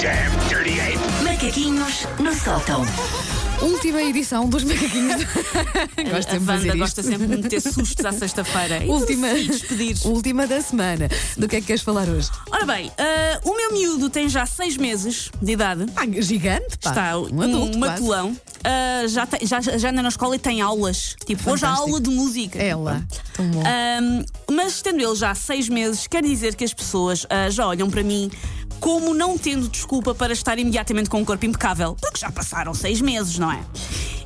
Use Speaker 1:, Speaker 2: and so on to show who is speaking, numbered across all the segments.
Speaker 1: damn dirty ape!
Speaker 2: Macaquinhos no sótão.
Speaker 3: Última edição dos macaquinhos. Gosto
Speaker 4: a
Speaker 3: sempre de
Speaker 4: banda
Speaker 3: fazer
Speaker 4: gosta
Speaker 3: isto.
Speaker 4: sempre de meter sustos à sexta-feira. E tu
Speaker 3: Última,
Speaker 4: decides pedir.
Speaker 3: última da semana. Do que é que queres falar hoje?
Speaker 4: Ora bem, ah, o meu miúdo tem já seis meses de idade.
Speaker 3: Ah, gigante, pá.
Speaker 4: Está
Speaker 3: um adulto. quase.
Speaker 4: matulão. Ah, já, tem- já, já anda na escola e tem aulas. Tipo, hoje há
Speaker 3: Fantástico.
Speaker 4: aula de música.
Speaker 3: É lá. Tão bom.
Speaker 4: Ahm, mas tendo ele já seis meses, quer dizer que as pessoas ah, já olham para mim como não tendo desculpa para estar imediatamente com um corpo impecável. Porque já passaram seis meses, não é?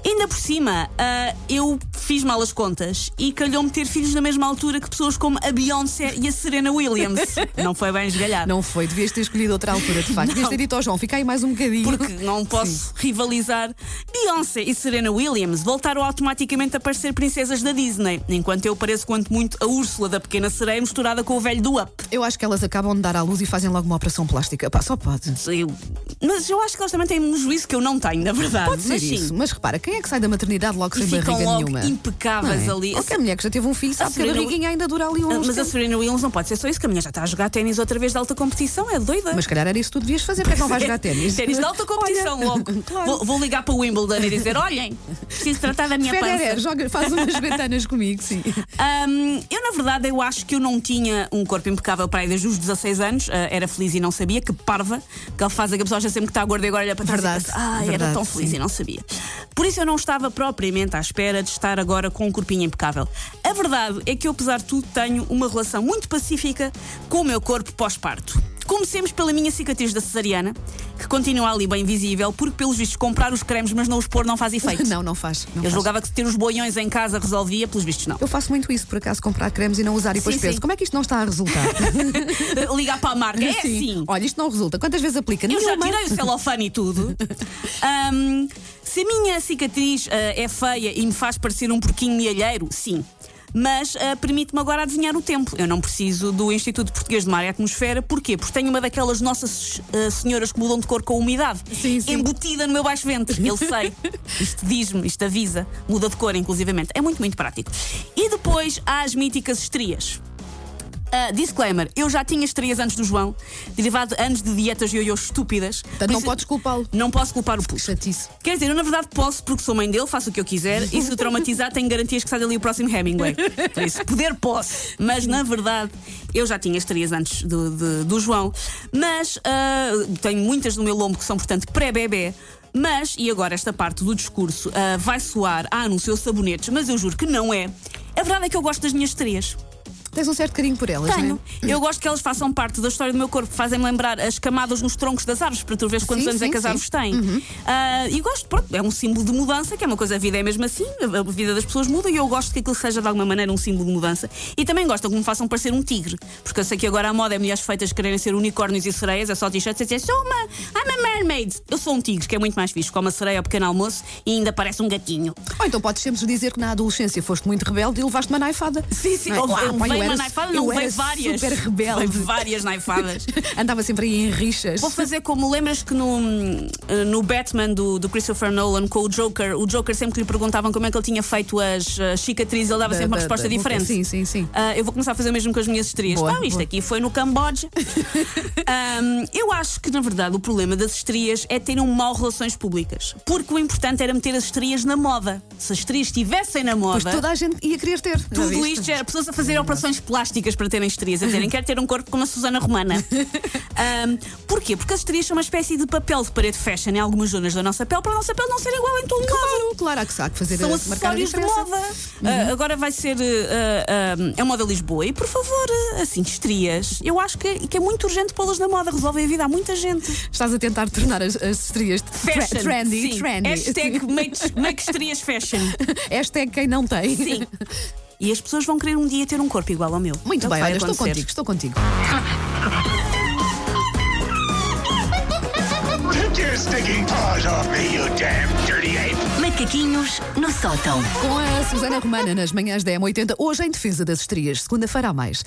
Speaker 4: Ainda por cima, ah, eu fiz mal as contas e calhou-me ter filhos na mesma altura que pessoas como a Beyoncé e a Serena Williams. Não foi bem esgalhado.
Speaker 3: Não foi, devias ter escolhido outra altura, de facto. Devias ter dito ao João, fica aí mais um bocadinho.
Speaker 4: Porque não posso rivalizar. Beyoncé e Serena Williams voltaram automaticamente a parecer princesas da Disney, enquanto eu pareço quanto muito a Úrsula da Pequena Sereia misturada com o velho do Up.
Speaker 3: Eu acho que elas acabam de dar à luz e fazem logo uma operação plástica. Pá, só pode.
Speaker 4: Eu- Mas eu acho que eles também têm um juízo que eu não tenho, na verdade.
Speaker 3: Pode ser
Speaker 4: Ah, mas sim.
Speaker 3: isso. Mas repara, quem é que sai da maternidade logo
Speaker 4: E
Speaker 3: sem
Speaker 4: ficam
Speaker 3: barriga
Speaker 4: logo
Speaker 3: nenhuma?
Speaker 4: impecáveis
Speaker 3: Não é? um
Speaker 4: ali.
Speaker 3: Qualquer mulher que já teve um filho sabe que a
Speaker 4: Serena-
Speaker 3: barriguinha ainda dura ali
Speaker 4: Ah,
Speaker 3: uns.
Speaker 4: Mas a
Speaker 3: tempos.
Speaker 4: Serena Williams não pode ser só isso, que a minha já está a jogar ténis outra vez de alta competição, é doida.
Speaker 3: Mas se calhar era isso que tu devias fazer, porque é que não vais jogar ténis?
Speaker 4: Ténis de alta competição,
Speaker 3: Olha,
Speaker 4: logo.
Speaker 3: Claro.
Speaker 4: Vou, vou ligar para o Wimbledon e dizer: olhem, preciso tratar da minha pança.
Speaker 3: Federer, é, joga, faz umas ventanas comigo, sim.
Speaker 4: Ahm, eu, na verdade, eu acho que eu não tinha um corpo impecável para aí desde os 16 anos. Ah, era feliz e não sabia. Que parva. Que ele faz a pessoa acha sempre que está gorda e agora olha para trás
Speaker 3: Verdade,
Speaker 4: e pensa, ah,
Speaker 3: verdade,
Speaker 4: era tão feliz
Speaker 3: sim.
Speaker 4: e não sabia. Por isso eu não estava propriamente à espera de estar agora com um corpinho impecável. A verdade é que eu, apesar de tudo, tenho uma relação muito pacífica com o meu corpo pós-parto. Comecemos pela minha cicatriz da cesariana, que continua ali bem visível, porque, pelos vistos, comprar os cremes mas não os pôr não faz efeito.
Speaker 3: Não, não faz. não
Speaker 4: Eu
Speaker 3: faz.
Speaker 4: julgava que ter os boiões em casa resolvia, pelos vistos, não.
Speaker 3: Eu faço muito isso, por acaso, comprar cremes e não usar e depois
Speaker 4: Sim,
Speaker 3: penso,
Speaker 4: sim. É,
Speaker 3: como é que isto não está a resultar?
Speaker 4: ligar para a marca. É
Speaker 3: Sim.
Speaker 4: assim.
Speaker 3: Olha, isto não resulta. Quantas vezes aplica?
Speaker 4: Eu já
Speaker 3: Nenhuma.
Speaker 4: tirei o celofane e tudo. Ahm, se a minha cicatriz ah, é feia e me faz parecer um porquinho mielheiro, sim. Mas ah, permite-me agora adivinhar o tempo. Eu não preciso do Instituto Português de Mar e Atmosfera. Porquê? Porque tenho uma daquelas nossas ah, senhoras que mudam de cor com a umidade.
Speaker 3: Sim, sim.
Speaker 4: Embutida no meu baixo ventre. Eu sei. Isto diz-me, isto avisa. Muda de cor, inclusivamente. É muito, muito prático. E depois há as míticas estrias. Ah, disclaimer, eu já tinha estrias antes do João, derivado de anos de dietas yo-yo estúpidas.
Speaker 3: Portanto,
Speaker 4: Por
Speaker 3: Então não
Speaker 4: isso,
Speaker 3: podes culpá-lo.
Speaker 4: Não posso culpar o puto.
Speaker 3: Chatice.
Speaker 4: Quer dizer, eu na verdade posso, porque sou mãe dele, faço o que eu quiser e se o traumatizar tenho garantias que sai dali o próximo Hemingway. Por isso, poder posso. Mas na verdade, eu já tinha estrias antes do, de- do João. Mas ah, tenho muitas no meu lombo que são, portanto, pré-bebê. Mas, e agora esta parte do discurso ah, vai soar a anunciou sabonetes, mas eu juro que não é. A verdade é que eu gosto das minhas estrias.
Speaker 3: Tens um certo carinho por elas,
Speaker 4: Tenho.
Speaker 3: não é?
Speaker 4: Eu gosto que elas façam parte da história do meu corpo, fazem-me lembrar as camadas nos troncos das árvores, para tu veres quantos
Speaker 3: Sim,
Speaker 4: anos
Speaker 3: sim, Uhum.
Speaker 4: é que as
Speaker 3: sim.
Speaker 4: árvores têm. Ah, e gosto, pronto, é um símbolo de mudança, que é uma coisa, a vida é mesmo assim, a a vida das pessoas muda e eu gosto que aquilo seja de alguma maneira um símbolo de mudança. E também gosto que me façam parecer um tigre, porque eu sei que agora a moda é mulheres feitas quererem ser unicórnios e sereias, é só t-shirts e dizer, sou uma, I'm a mermaid. Eu sou um tigre, que é muito mais fixe, como a sereia ao pequeno almoço e ainda parece um gatinho.
Speaker 3: Ou então podes sempre dizer que na adolescência foste muito rebelde e levaste uma naifada.
Speaker 4: Sim, sim,
Speaker 3: Não é?
Speaker 4: ou
Speaker 3: Ah,
Speaker 4: eu
Speaker 3: pá,
Speaker 4: levei
Speaker 3: era-
Speaker 4: uma naifada, não
Speaker 3: eu
Speaker 4: levei
Speaker 3: era
Speaker 4: várias.
Speaker 3: super rebelde.
Speaker 4: Levei várias naifadas.
Speaker 3: Andava sempre aí em rixas.
Speaker 4: Vou fazer como lembras que no, eh, no Batman do, do Christopher Nolan com o Joker, o Joker sempre que lhe perguntavam como é que ele tinha feito as uh, cicatrizes, ele dava
Speaker 3: Da-
Speaker 4: sempre uma
Speaker 3: da-
Speaker 4: resposta
Speaker 3: da boca.
Speaker 4: diferente.
Speaker 3: Sim, sim, sim.
Speaker 4: Ah, eu vou começar a fazer o mesmo com as minhas estrias.
Speaker 3: Boa,
Speaker 4: Pá, isto
Speaker 3: boa.
Speaker 4: aqui foi no Camboja. Ahm, eu acho que, na verdade, o problema das estrias é terem um mau relações públicas. Porque o importante era meter as estrias na moda. Se as estrias estivessem na moda.
Speaker 3: Pois toda a gente ia querer ter. Já
Speaker 4: Tudo
Speaker 3: viste?
Speaker 4: isto era pessoas a fazerem operações plásticas para terem estrias, a dizerem quero ter um corpo como a Susana Romana. Ahm, porquê? Porque as estrias são uma espécie de papel de parede fashion em algumas zonas da nossa pele, para a nossa pele não ser igual em todo lado.
Speaker 3: Claro, claro, há que, há que fazer
Speaker 4: São
Speaker 3: a- marcar a
Speaker 4: acessórios
Speaker 3: diferença.
Speaker 4: de
Speaker 3: Uhum.
Speaker 4: moda. Ah, agora vai ser ah, ah, a moda Lisboa. E por favor, ah, assim, estrias. Eu acho que, que é muito urgente pô-las na moda, resolvem a vida a muita gente.
Speaker 3: Estás a tentar tornar as, as estrias tra-
Speaker 4: Fashion.
Speaker 3: trendy,
Speaker 4: sim.
Speaker 3: trendy.
Speaker 4: Hashtag make, make estrias fashion.
Speaker 3: Hashtag quem não tem.
Speaker 4: Sim. E as pessoas vão querer um dia ter um corpo igual ao meu.
Speaker 3: Muito
Speaker 4: É o que
Speaker 3: bem,
Speaker 4: vai
Speaker 3: olha, estou
Speaker 4: acontecer.
Speaker 3: contigo, estou contigo.
Speaker 1: Take your stinking paws off me, you damn dirty ape!
Speaker 2: Macaquinhos no sótão.
Speaker 3: Com a Susana Romana nas manhãs da M80, hoje em defesa das estrias, segunda-feira a mais.